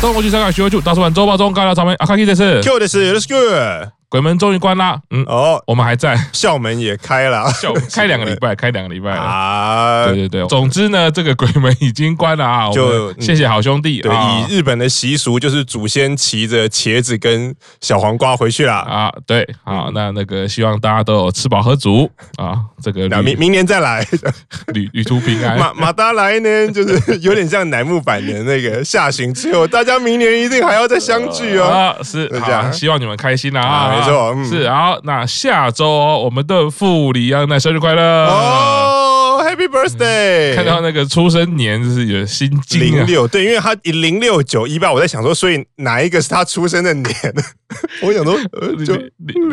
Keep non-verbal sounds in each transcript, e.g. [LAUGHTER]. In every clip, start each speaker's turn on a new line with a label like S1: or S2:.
S1: 中国去上海学会处，大叔版周报中高聊草莓啊阿卡基这 [LAUGHS] 次
S2: 今日ですよろしく。
S1: 鬼门终于关啦，嗯，
S2: 哦，
S1: 我们还在，
S2: 校门也开了
S1: 就 [LAUGHS] 开两个礼拜，开两个礼拜了。
S2: [LAUGHS] 啊
S1: 对。对对，总之呢，这个鬼门已经关了啊，我
S2: 就
S1: 们
S2: 嗯
S1: 谢谢好兄弟
S2: 对，
S1: 啊
S2: 以日本的习俗，就是祖先骑着茄子跟小黄瓜回去啦。
S1: 啊，对
S2: 嗯
S1: 啊，那那个希望大家都有吃饱喝足啊，这个
S2: 那
S1: 旅
S2: 明明年再来，
S1: 旅旅途平安。
S2: 马马达来呢，就是有点像乃木坂的那个下行之后，大家明年一定还要再相聚哦。
S1: 啊，是
S2: 就这样
S1: 好，希望你们开心啊！
S2: 啊没错嗯
S1: 是好。那下周哦，我们的傅里安奈生日快乐！
S2: 哦，Happy Birthday！
S1: 看到那个出生年就是有心惊
S2: 零
S1: 啊，
S2: 六，对，因为他零六九一八，我在想说，所以哪一个是他出生的年？ [LAUGHS] 我想说，呃、就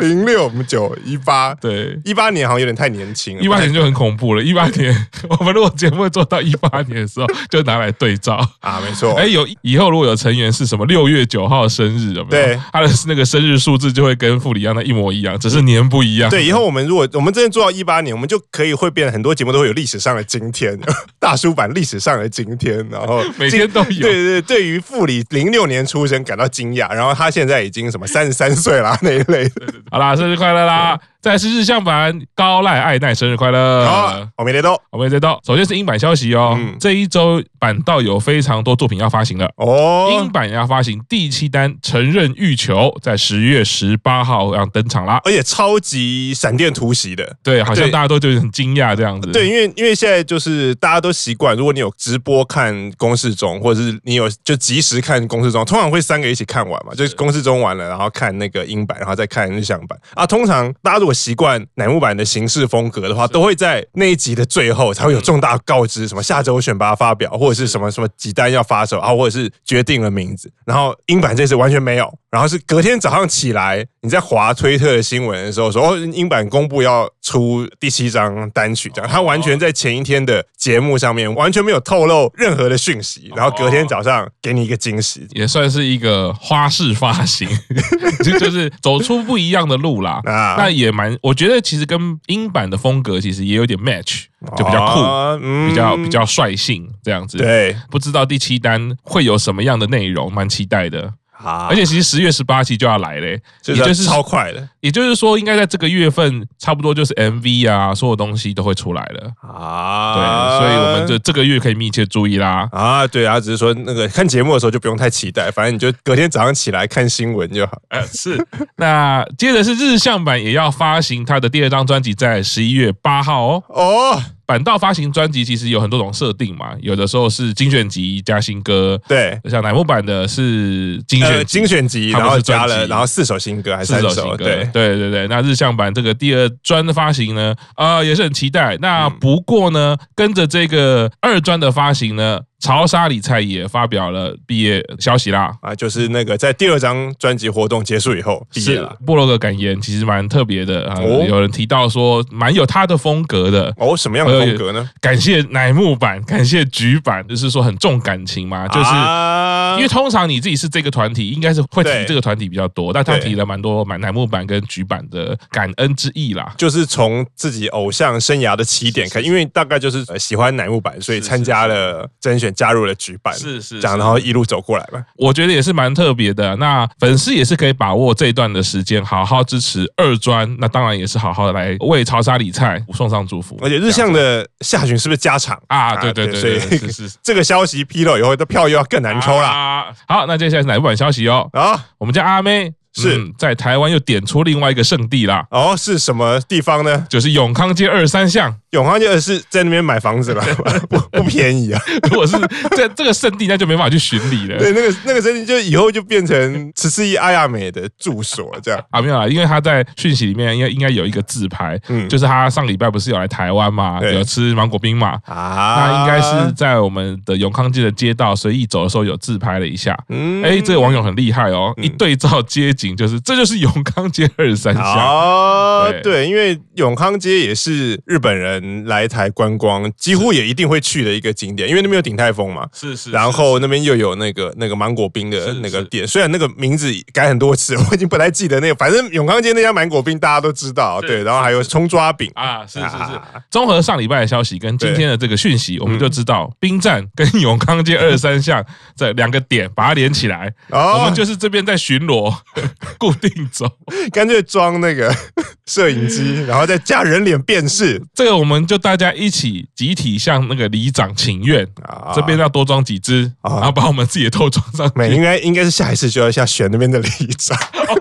S2: 零六九一八，
S1: 对。
S2: 一八年好像有点太年轻了。
S1: 一八年就很恐怖了，一八年我们如果节目做到一八年的时候，就拿来对照。
S2: 啊，没错，
S1: 哎，有以后如果有成员是什么六月九号生日，有没有？
S2: 对，
S1: 他的那个生日数字就会跟傅里安的一模一样，只是年不一样。
S2: 对，以后我们如果我们真的做到一八年，我们就可以会变得很多节目都会有历史上的今天， [LAUGHS] 大叔版历史上的今 [LAUGHS] 天，然后
S1: 每天都有
S2: 对对对，对于傅里零六年出生感到惊讶，然后他现在已经什么三十三岁啦 [LAUGHS] 那一类的。
S1: 好啦，生日快乐啦！再来是日向版高濑爱奈生日快乐。
S2: 好，我没得到
S1: 我们也知道，首先是英版消息哦，
S2: 嗯
S1: 这一周版道有非常多作品要发行了。英
S2: 哦，
S1: 版要发行第七单《承认欲求》，在十月十八号要登场啦。
S2: 而且超级闪电突袭的。
S1: 对，好像
S2: 对
S1: 大家都觉得很惊讶这样子。
S2: 对，，因为因为现在就是大家都习惯，如果你有直播看公式中，或者是你有就及时看公式中，通常会三个一起看完嘛，就是公式中完了，然后看那个英版，然后再看日向版啊。通常大家如果习惯乃木版的形式风格的话，都会在那一集的最后才会有重大告知，什么下周选拔发表，或者是什么什么几单要发售啊，或者是决定了名字。然后英版这次完全没有，然后是隔天早上起来，你在滑推特的新闻的时候说，哦，英版公布要出第七张单曲，这样，他完全在前一天的节目上面完全没有透露任何的讯
S1: 哦
S2: 息，然后隔天早上给你一个惊喜。
S1: 也算是一个花式发行， [LAUGHS] 就就是走出不一样的路啦。
S2: 啊
S1: 那也蛮，我觉得其实跟英版的风格其实也有点 match，就比较酷，
S2: 啊嗯
S1: 比较比较率性这样子。，
S2: 对
S1: 不知道第七单会有什么样的内容，蛮期待的。
S2: 啊
S1: 而且其实十月十八期就要来嘞，
S2: 就
S1: 也就是是
S2: 超快的
S1: 也就是说，应该在这个月份，差不多就是 MV 啊，所有东西都会出来了。对，
S2: 啊
S1: 所以我们就这个月可以密切注意啦。
S2: 啊，对啊，只是说那个看节目的时候就不用太期待，反正你就隔天早上起来看新闻就好。
S1: 呃，是。那接着是日向版也要发行它的第二张专辑，在十一月八号哦。
S2: 哦，
S1: 版道发行专辑其实有很多种设定嘛，有的时候是精选集加新歌，
S2: 对，
S1: 像乃木版的是精选
S2: 呃，
S1: 集
S2: 精选集，
S1: 他
S2: 然
S1: 们
S2: 后
S1: 是专
S2: 加
S1: 辑
S2: 了，然后四首新歌还是
S1: 四
S2: 三
S1: 首新歌，
S2: 对。
S1: 对对对那日向版这个第二专的发行呢，呃，也是很期待。那
S2: 嗯
S1: 不过呢，跟着这个二专的发行呢，潮沙理菜也发表了毕业消息啦。
S2: 啊，就是那个在第二张专辑活动结束以后毕业
S1: 是
S2: 了。
S1: 布洛格感言，其实蛮特别的啊、
S2: 哦
S1: 有人提到说，蛮有他的风格的。
S2: 哦，什么样的风格呢？
S1: 感谢乃木坂， [LAUGHS] 感谢菊坂，就是说很重感情嘛，就是。
S2: 啊
S1: 因为通常你自己是这个团体，应该是会提
S2: 对
S1: 这个团体比较多，但他
S2: 对
S1: 提了蛮多蛮乃木坂跟菊坂的感恩之意啦。
S2: 就是从自己偶像生涯的起点开，因为大概就是呃喜欢乃木坂，所以
S1: 是是
S2: 参加了甄选，加入了局版，
S1: 是是
S2: 这样，
S1: 是
S2: 然后一路走过来吧。
S1: 我觉得也是蛮特别的。那粉丝也是可以把握这一段的时间，好好支持二专，那当然也是好好的来为潮沙理菜送上祝福。
S2: 而且日向的下旬是不是加场
S1: 啊，对对对对，
S2: 所以
S1: 是是是
S2: 这个消息披露以后，这票又要更难抽啦。
S1: 啊好，那接下来是哪一版消息哦？
S2: 啊，
S1: 我们家阿妹
S2: 是
S1: 嗯在台湾又点出另外一个圣地啦，
S2: 哦，是什么地方呢？
S1: 就是永康街二三巷。 [LAUGHS]
S2: 永康街是在那边买房子吧？不不便宜啊。
S1: 如果是在这个圣地，那就没办法去巡礼
S2: [LAUGHS]
S1: 了。
S2: 对，那个那个森林就以后就变成十四亿阿亚美的住所 [LAUGHS] 这样。
S1: 啊，没有啦，因为他在讯息里面应该应该有一个自拍，
S2: 嗯
S1: 就是他上礼拜不是有来台湾嘛，
S2: 对
S1: 有吃芒果冰嘛，
S2: 啊
S1: 那应该是在我们的永康街的街道随意走的时候有自拍了一下。
S2: 嗯
S1: 哎，这个网友很厉害哦，一对照街景就是，这就是永康街二三巷。
S2: 哦，
S1: 对
S2: 对，因为永康街也是日本人人来台观光几乎也一定会去的一个景点，因为那边有鼎泰丰嘛。
S1: 是是，
S2: 然后那边又有那个那个芒果冰的
S1: 是
S2: 那个
S1: 是
S2: 店，虽然那个名字改很多次，我已经不太记得那个，反正永康街那家芒果冰大家都知道，
S1: 是
S2: 对。
S1: 是
S2: 然后还有葱抓饼，
S1: 啊，是是是
S2: 啊，
S1: 综合上礼拜的消息跟今
S2: 对
S1: 天的这个讯息，我们就知道兵站跟永康街二十三巷这两个点把它连起来，我
S2: 哦
S1: 们，就是这边在巡逻， [LAUGHS] 固定走。
S2: 干脆装那个 [LAUGHS] 摄影机，然后再加人脸辨识
S1: 这个我们就大家一起集体向那个里长请愿，
S2: 啊
S1: 这边要多装几只，
S2: 啊
S1: 然后把我们自己的头装上
S2: 没，
S1: 去。
S2: 应该应该是下一次就要下选那边的里长， [LAUGHS]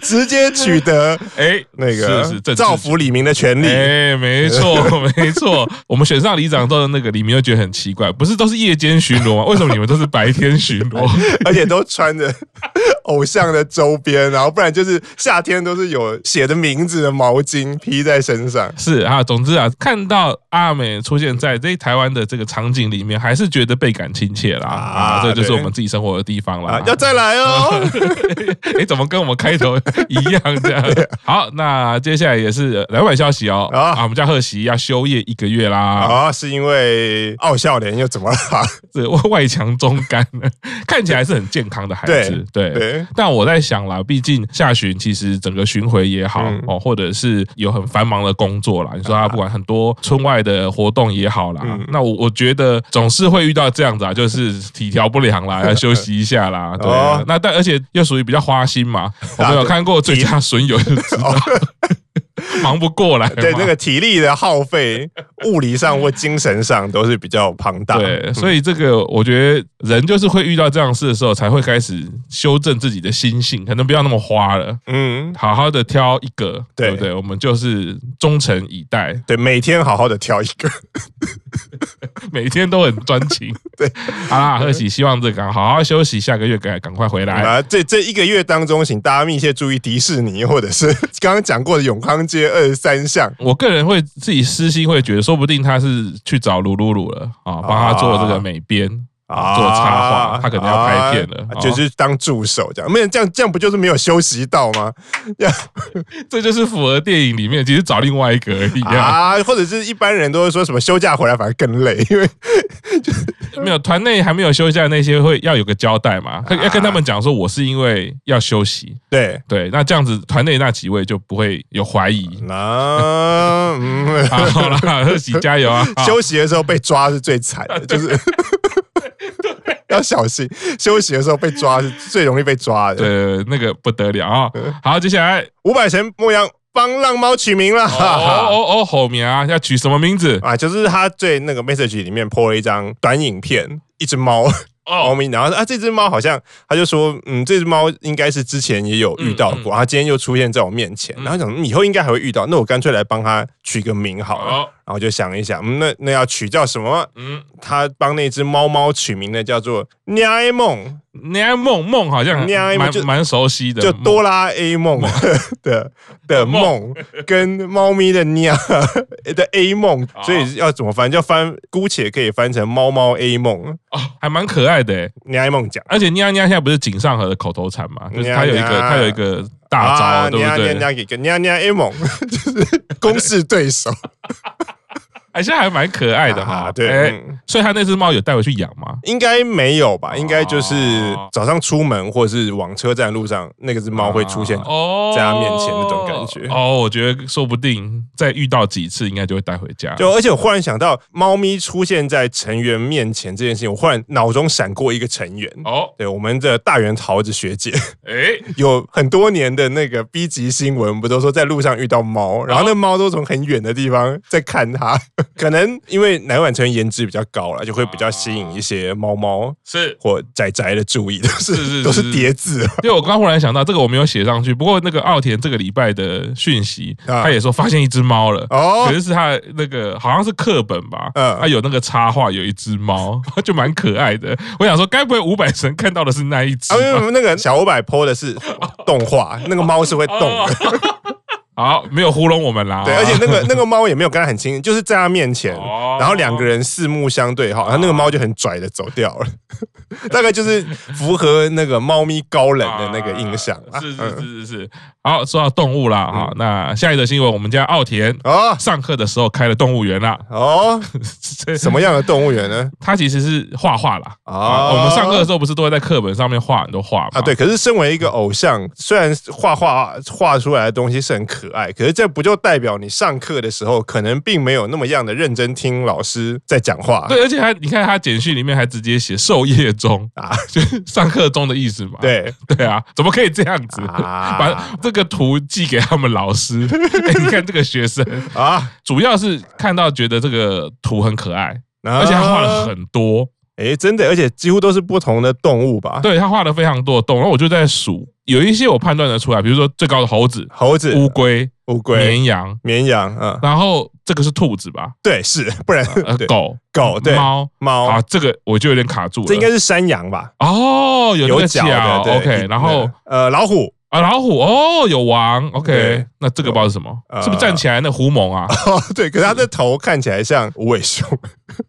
S2: 直接取得
S1: 哎，
S2: 那个
S1: 是是政治
S2: 造福李明的权利。
S1: 哎，没
S2: [LAUGHS]
S1: 错，没错。我们选上里长之后，那个李明就觉得很奇怪，不是都是夜间巡逻吗？为什么你们都是白天巡逻？
S2: 而且都穿着 [LAUGHS] 偶像的周边，然后不然就是夏天都是有写的名字的毛巾披在身上。
S1: 是啊，总之啊，看到阿美出现在这台湾的这个场景里面，还是觉得倍感亲切啦。
S2: 啊
S1: 啊，这就是
S2: 对
S1: 我们自己生活的地方啦
S2: 啊，。要再来哦！
S1: [LAUGHS] 哎，怎么跟我们开头一样这
S2: [LAUGHS]
S1: 样？好，那接下来也是呃两版消息哦。
S2: 啊
S1: 啊，我们家贺喜要休业一个月
S2: [LAUGHS]
S1: 啦，
S2: 啊，是因为傲笑脸又怎
S1: [LAUGHS]
S2: 么了？ [LAUGHS]
S1: 这外外强中干，看起来是很健康的孩子。对。
S2: 对，
S1: 但我在想啦，毕竟下旬其实整个巡回也好、
S2: 嗯
S1: 哦，或者是有很繁忙的工作啦，你说他不管很多村外的活动也好啦，
S2: 嗯
S1: 那我我觉得总是会遇到这样子啊，就是体调不良啦，要休息一下啦，对啊、
S2: 哦啊
S1: 那但而且又属于比较花心嘛，我们有看过最佳损友就知道， [LAUGHS] 忙不过来嘛，
S2: 哦对那个体力的耗费，物理上或精神上都是比较庞大。
S1: 对，所以这个我觉得人就是会遇到这样的事的时候，才会开始修正自己的心性，可能不要那么花了。
S2: 嗯，
S1: 好好的挑一个，对
S2: 对
S1: 不对？我们就是忠诚以待，
S2: 对，每天好好的挑一个。
S1: 每天都很专情。 [LAUGHS] 对，好啦，贺喜，希望这个好好休息，下个月赶赶快回来。
S2: 啊，这这一个月当中，请大家密切注意迪士尼，或者是 [LAUGHS] 刚刚讲过的永康街二十三巷。
S1: 我个人会自己私心会觉得，说不定他是去找鲁鲁鲁了啊，帮他做这个美编。啊，做插画，他可能要拍片了，
S2: 啊
S1: 哦
S2: 就是当助手这样，没有这样这样不就是没有休息到吗？
S1: 啊这就是符合电影里面，其实找另外一个而已啊。
S2: 啊，或者是一般人都会说什么休假回来反而更累，因为
S1: 没有团内还没有休假，那些会要有个交代
S2: 啊
S1: 嘛，要要跟他们讲说，我是因为要休息，
S2: [LAUGHS] 对
S1: [LAUGHS] 对，那这样子团内那几位就不会有怀疑，
S2: 嗯啊，嗯，
S1: 好好啦， [LAUGHS] 贺喜加
S2: [LAUGHS]
S1: 油啊！好
S2: 休息的时候被抓是最惨
S1: [LAUGHS]
S2: 的，就是 [LAUGHS] 要小心，休息的时候被抓是最容易被抓的。
S1: 呃，那个不得了啊！
S2: 嗯
S1: 好，接下来
S2: 五百神牧羊帮浪猫取名了，[LAUGHS]
S1: 哦
S2: 哈哈。
S1: 哦哦，后面啊要取什么名字？
S2: 啊，就是他对那个 message 里面 po 了一张短影片，一只猫，猫
S1: 哦，
S2: 咪，然后啊，这只猫好像他就说，嗯，这只猫应该是之前也有遇到过，它、今天又出现在我面前，然后想、嗯、以后应该还会遇到，那我干脆来帮它取个名好了，
S1: 好
S2: 然后就想一想，嗯，那那要取叫什么？
S1: 哦嗯，
S2: 他帮那只猫猫取名的叫做哆啦 A 梦，
S1: 娘梦梦好像
S2: 娘
S1: 蛮
S2: 梦啊就
S1: 蛮熟悉的，
S2: 就
S1: 梦
S2: 哆啦 A 梦 [LAUGHS] 的的梦，跟猫咪的喵 [LAUGHS] 的 A 梦，
S1: 啊
S2: 所以要怎么翻？就翻，姑且可以翻成猫猫 A 梦，
S1: 哦，还蛮可爱的欸。
S2: 哆啦 A 梦奖。
S1: 而且娘啊娘现在不是井上和的口头禅嘛，就是他有一个
S2: 娘娘
S1: 他有一个大招，对不
S2: 人
S1: 对？
S2: 家给个娘娘 A 梦， [LAUGHS] 就是公式对手，
S1: 而且哎还蛮可爱的哈。
S2: 啊对
S1: 哎
S2: 嗯
S1: [LAUGHS] 所以他那只猫有带回去养吗？
S2: 应该没有
S1: 啊
S2: 吧？应该就是
S1: 哦
S2: 早上出门或者是往车站路上，那个只猫会出现。
S1: 哦
S2: 在他面前那种感觉
S1: 哦，我觉得说不定再遇到几次，应该就会带回家。
S2: 就而且我忽然想到，猫咪出现在成员面前这件事情，我忽然脑中闪过一个成员。
S1: 哦，
S2: 对，我们的大圆桃子学姐 [LAUGHS]
S1: 哎，
S2: 有很多年的那个 B 级新闻，不都说在路上遇到
S1: 哦
S2: 猫，然后那猫都从很远的地方在看它， [LAUGHS] 可能因为南婉成员颜值比较高了，就会比较吸引一些猫猫
S1: 是
S2: 或仔仔的注意，都是
S1: 是是
S2: 都
S1: 是
S2: 是叠字啊
S1: 因为我刚忽然想到这个我没有写上去，不过那个奥田这个礼拜的讯息，
S2: 啊
S1: 他也说发现一只猫了。可
S2: 哦。
S1: 是是他的那个好像是课本吧，
S2: 嗯
S1: 他有那个插画，有一只猫， [LAUGHS] 就蛮可爱的。我想说，该不会五百神看到的是那一只
S2: 啊，
S1: 吧？
S2: 因为那个小五百 PO 的是动画，那个猫是会动的，
S1: [LAUGHS] 好，没有糊弄我们啦。
S2: 对，而且那个 [LAUGHS] 那个猫也没有跟他很亲，就是在他面前，
S1: 啊哦啊
S2: 然后两个人四目相对，好，然后那个猫就很拽的走掉了， [LAUGHS] 大概就是符合那个猫咪高冷的那个印象啊。
S1: 是是
S2: 嗯
S1: 是是是。好，说到动物啦，哈，那下一则新闻，我们家奥田
S2: 哦
S1: 上课的时候开了动物园啦。 [LAUGHS]
S2: 哦，什么样的动物园呢？
S1: 他其实是画画啦。啊，
S2: 啊
S1: 我们上课的时候不是都会在课本上面画很多画嘛？
S2: 啊，对。可是身为一个偶像，虽然画画画出来的东西是很可爱，可是这不就代表你上课的时候可能并没有那么样的认真听老师在讲话？
S1: 对，而且他，你看他简讯里面还直接写授业中啊
S2: [LAUGHS] 啊，
S1: [LAUGHS] 就是上课中的意思嘛。
S2: 对
S1: 对啊，怎么可以这样子？
S2: 啊
S1: [LAUGHS] 把这个图寄给他们老师， [LAUGHS] 哎你看这个学生，
S2: 啊，
S1: 主要是看到觉得这个图很可爱，
S2: 而
S1: 而且他画了很多，
S2: 哎，真的，而且几乎都是不同的动物 [LAUGHS] 吧？
S1: 对他画了非常多的洞，然后我就在数，有一些我判断得出来，比如说最高的猴子、
S2: 猴子、
S1: 乌龟、
S2: 乌龟、
S1: 绵羊，
S2: 绵羊，嗯，
S1: 然后这个是兔子吧，
S2: 对，是，不然
S1: 呃，
S2: 对
S1: 狗、
S2: 狗对
S1: 猫啊，
S2: 猫，
S1: 这个我就有点卡住了，
S2: 这应该是山羊吧？
S1: 哦，有那个
S2: 角
S1: 角
S2: 的对
S1: ，OK，然后
S2: 呃，老虎， [LAUGHS]
S1: 啊，老虎哦，有王，OK，
S2: 对
S1: 那这个不知道是什么，
S2: 呃
S1: 是不是站起来那狐獴
S2: [LAUGHS]
S1: 啊，
S2: 哦，对，可是它的头看起来像无尾熊，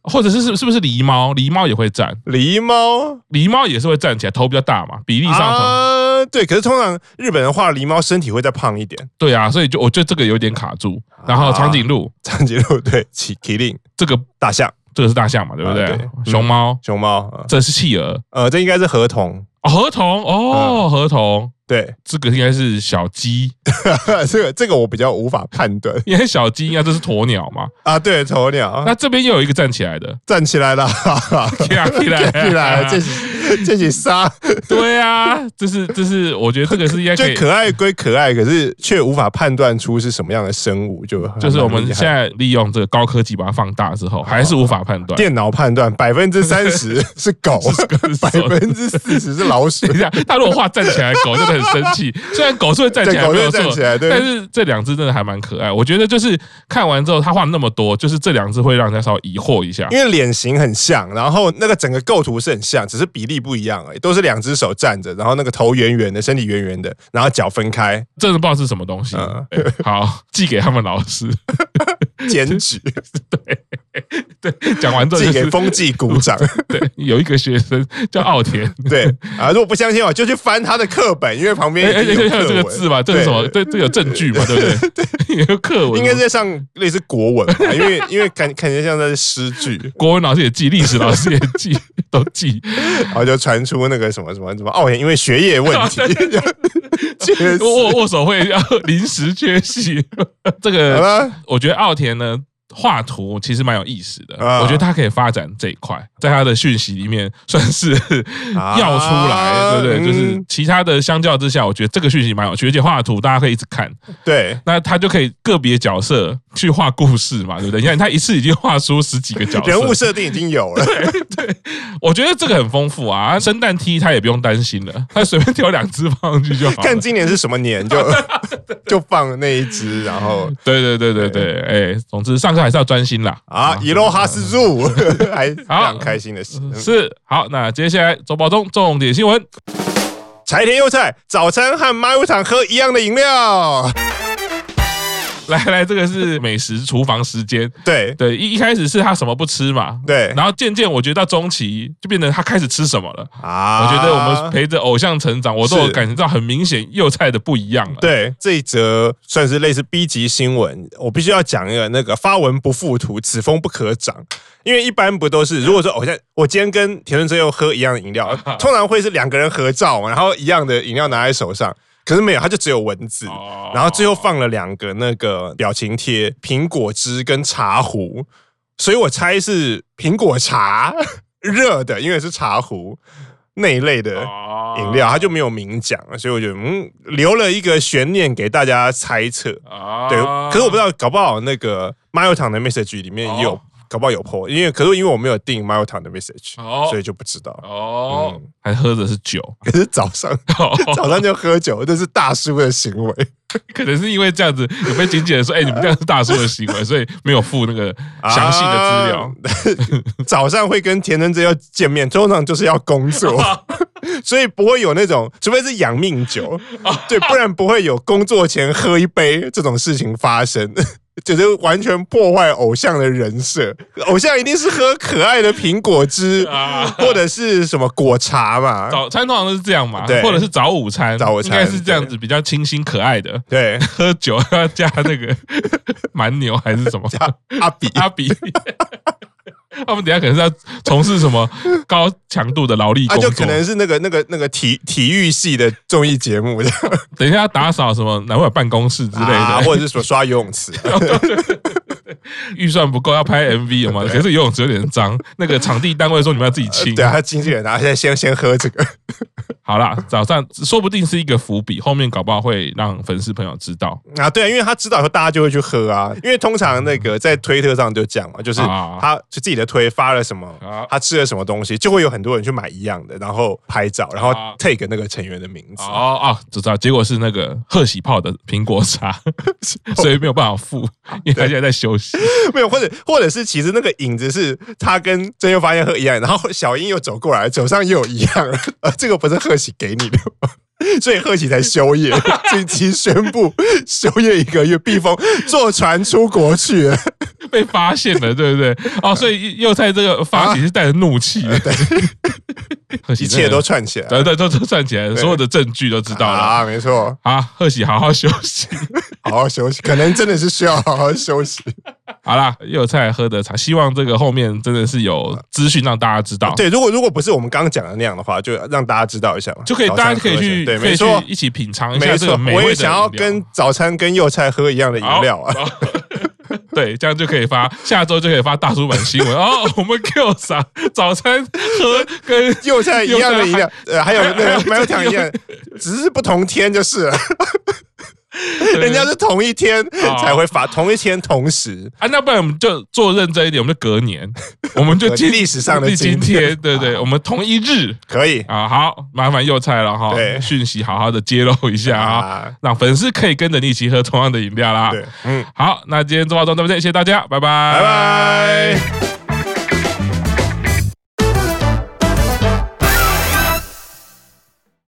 S1: 或者是是是不是狸猫？狸猫也会站，
S2: 狸猫
S1: 狸猫也是会站起来，头比较大嘛，比例上头，
S2: 啊，对，可是通常日本人画狸猫身体会再胖一点，
S1: 对啊，所以就我觉得这个有点卡住。
S2: 啊
S1: 然后长颈鹿
S2: 长颈鹿对，麒麒麟、
S1: 这个
S2: 大象、
S1: 这个是大象嘛，对不
S2: 啊
S1: 对
S2: 对？
S1: 熊猫
S2: 熊猫，呃
S1: 这是企鹅，
S2: 呃，这应该是河童，
S1: 哦河童
S2: 嗯
S1: 哦，河童
S2: 对， [LAUGHS]
S1: 这个应该是小鸡， [LAUGHS]
S2: 这个这个我比较无法判断
S1: 因为小鸡应该这是鸵鸟嘛。
S2: 啊，对，鸵鸟
S1: 那这边又有一个站起
S2: [LAUGHS]
S1: 来的，
S2: 站起来了，哈哈
S1: 起来起来
S2: 站起
S1: [LAUGHS]
S2: 来啊了，这是这是杀。
S1: 对啊，这是这是我觉得这个是应该
S2: 就
S1: 可以。
S2: 可爱归可爱，可是却无法判断出是什么样的生物，就
S1: 就是我们
S2: 蛮厉害
S1: 现在利用这个高科技把它放大之后，还是无法判
S2: [LAUGHS]
S1: 断。
S2: 电脑判断百分之三
S1: [LAUGHS]
S2: 十是狗，百分之四十是老鼠
S1: 等一下，他如果画站起来，狗真的很生
S2: [LAUGHS]
S1: 气。虽然狗是会站起来，
S2: 对狗
S1: 没
S2: 是
S1: 有
S2: 会
S1: 错
S2: 站起来，对
S1: 但是这两只真的还蛮可爱。我觉得就是看完之后，他画那么多，就是这两只会让人家稍微疑惑一下。
S2: 因为脸型很像，然后那个整个构图是很像，只是比例不一样而已，都是两只手站着，然后那个头圆圆的，身体圆圆的，然后脚分开，
S1: 真的不知道是什么东西。
S2: 嗯
S1: 哎
S2: [LAUGHS]
S1: 好，寄给他们老师。 [LAUGHS] 嗯
S2: 剪纸，
S1: 对，讲完之后
S2: 寄
S1: 就
S2: 给
S1: 是
S2: 风纪鼓
S1: [LAUGHS]
S2: 掌。
S1: 对，有一个学生叫
S2: [LAUGHS]
S1: 奥田。
S2: 对啊，如果不相信的话，就去翻他的课本，因为旁边
S1: 哎，而
S2: 一
S1: 且
S2: 定
S1: 而
S2: 有
S1: 且有这
S2: 课
S1: 个
S2: 文
S1: 字吧，这是什么？？对，这有证据嘛，
S2: [LAUGHS]
S1: 对不对？有课文，
S2: 应该是在上类似国文吧，因
S1: [LAUGHS]
S2: 为因为感感觉像在诗句，
S1: 国文老师也记，历史老师也记， [LAUGHS] 都
S2: [LAUGHS]
S1: 记。
S2: 然后就传出那个什么什么什么哦，因为学业问
S1: [LAUGHS]
S2: 题，确实
S1: 握握握手会要临时缺席。 [LAUGHS] 这
S2: 好
S1: 个
S2: 了，
S1: 我觉得奥田呢。画图其实蛮有意思的，
S2: 啊
S1: 我觉得他可以发展这一块，在他的讯息里面算是 [LAUGHS]
S2: 啊
S1: 要出来，对不对？
S2: 嗯
S1: 就是其他的相较之下，我觉得这个讯息蛮有趣，而且画图大家可以一直看，
S2: 对。
S1: 那他就可以个别角色去画故事嘛，对不对？你看他一次已经画出十几个角色，
S2: 人物设定已经有了，
S1: 我觉得这个很丰富啊。生蛋 T 他也不用担心了，他随便挑两只放上去就好了。
S2: 看今年是什么年
S1: [LAUGHS]
S2: 就就放那一只，然后
S1: 对对对对对，哎、总之上课还是要专心啦。
S2: 啊，伊洛哈斯入，还非常开心的事。
S1: 是好，那接下来周报中重点新闻， [LAUGHS]
S2: 柴田优菜早餐和妈油厂喝一样的饮料，
S1: 来来，这个是美食厨房时间。
S2: 对
S1: 对，一一开始是他什么不吃嘛，
S2: 对
S1: 然后渐渐我觉得到中期就变成他开始吃什么了。
S2: 啊
S1: 我觉得我们陪着偶像成长，我都有
S2: 是
S1: 感觉到很明显幼菜的不一样了。
S2: 对这一则算是类似 B 级新闻，我必须要讲一个那个发文不附图，此风不可长。因为一般不都是，如果说偶哦像，我今天跟田润真佑喝一样的饮料， [LAUGHS] 通常会是两个人合照嘛，然后一样的饮料拿在手上，可是没有，它就只有文字。
S1: 哦
S2: 然后最后放了两个那个表情贴，苹果汁跟茶壶，所以我猜是苹果茶 [LAUGHS] 热的，因为是茶壶那一类的
S1: 哦啊
S2: 饮料，它就没有明讲，所以我觉得嗯，留了一个悬念给大家猜测。
S1: 啊
S2: 对，可是我不知道，搞不好那个马友堂的 message 里面也有
S1: 哦，
S2: 搞不好有 po，因为可是因为我没有订马友堂的 message，
S1: 哦
S2: 所以就不知道。
S1: 哦，还喝的是酒，
S2: 可是早上早上就喝酒，这是大叔的行为。
S1: [LAUGHS] 可能是因为这样子，有被经纪人说：“哎、你们这样是大叔的
S2: [LAUGHS]
S1: 行为，所以没有附那个
S2: 啊
S1: 详细的资料。 [LAUGHS]
S2: 啊。早上会跟田真真要见面，通常就是要工作，所以不会有那种，除非是养命酒，对，不然不会有工作前喝一杯这种事情发生。 [LAUGHS] 就是完全破坏偶像的人设，偶像一定是喝可爱的苹果汁
S1: 啊
S2: 或者是什么果茶嘛，
S1: 早餐通常都是这样嘛，
S2: 对
S1: 或者是早午餐，
S2: 早午餐
S1: 应该是这样子，比较清新可爱的。
S2: 对，
S1: 喝酒要加
S2: [LAUGHS]
S1: 那个蛮牛还是什么
S2: 加阿比
S1: [LAUGHS] 阿
S2: [LAUGHS]
S1: 比？他们等一下可能是要从事什么高强度的劳力
S2: 啊，
S1: 工
S2: 就
S1: 作，
S2: 可能是那个那个那个体体育系的综艺节目这样
S1: 等一下要打扫什么男朋友办公室之类
S2: 啊，
S1: 的，
S2: 或者是什么刷游泳池，
S1: [LAUGHS] 预算不够要拍 MV 有吗？可是游泳池有点脏，那个场地单位说你们要自己清
S2: 对。啊，他经纪人啊，现在先先喝这个， [LAUGHS]
S1: 好啦，早上说不定是一个伏笔，后面搞不好会让粉丝朋友知道。
S2: 啊，对啊，因为他知道以后，大家就会去喝啊。因为通常那个在推特上就讲嘛，就是
S1: 啊
S2: 他就自己的推发了什么
S1: 啊，
S2: 他吃了什么东西，就会有很多人去买一样的，然后拍照，然后
S1: 啊
S2: take 那个成员的名字。
S1: 哦哦，知道，结果是那个贺喜泡的苹果茶，所以没有办法付，因为他现在在休息。
S2: [LAUGHS]
S1: [LAUGHS]
S2: 没有，或者或者是其实那个影子是他跟真又发现喝一样，然后小英又走过来，手上又有一样， [LAUGHS] 呃，这个不是贺喜给你的 [LAUGHS] 吗？所以贺喜才休业， [LAUGHS] 近期宣布休业一个月，避风坐船出国去了。
S1: 被发现了，对不对？哦，所以幼菜这个发起是带着怒气的，贺喜
S2: 一
S1: 真的
S2: 切都串起来了
S1: 对对都都算起来了，所有的证据都知道了。
S2: 啊，没错，
S1: 好，贺喜好好休息。
S2: 好好休息，可能真的是需要好好休息。
S1: 好啦，幼菜喝的茶，希望这个后面真的是有资讯让大家知道。。
S2: [LAUGHS] 对，如果如果不是我们刚刚讲的那样的话，就让大家知道一下嘛，
S1: 就可以，
S2: 早
S1: 大
S2: 餐
S1: 家可以
S2: 喝一下
S1: 去，
S2: 对，
S1: 可以
S2: 没
S1: 去
S2: 错，
S1: 一起品尝一下
S2: 没
S1: 这
S2: 错
S1: 个，美
S2: 我
S1: 味
S2: 也
S1: 的
S2: 想要
S1: 饮料
S2: 跟早餐跟幼菜喝一样的饮料啊。 [LAUGHS]
S1: 好 [LAUGHS] 对，这样就可以发，下周就可以发大叔版新闻哦。 [LAUGHS] 我们 Q 啥早餐喝
S2: [LAUGHS]
S1: 跟
S2: 幼菜一样
S1: [LAUGHS]
S2: 的饮料，呃，还有那
S1: 还有
S2: 个
S1: [LAUGHS]
S2: 麦当糖一样，只是不同天就是了。人家是同一天
S1: 哦
S2: 才会发，同一天同时。
S1: 啊，那不然我们就做认真一点，我们就隔
S2: [LAUGHS]
S1: 年，我们就今
S2: 历史上的
S1: [LAUGHS] 今
S2: 今天
S1: 天，对对，我们同一日
S2: 可以
S1: 啊。好，麻烦幼菜了哈，
S2: 对
S1: 讯息好好的揭露一下啊，
S2: 啊，
S1: 让粉丝可以跟着你一起喝同样的饮料啦。
S2: 对，嗯，
S1: 好，那今天做到这，对不对？谢谢大家，拜拜，
S2: 拜拜。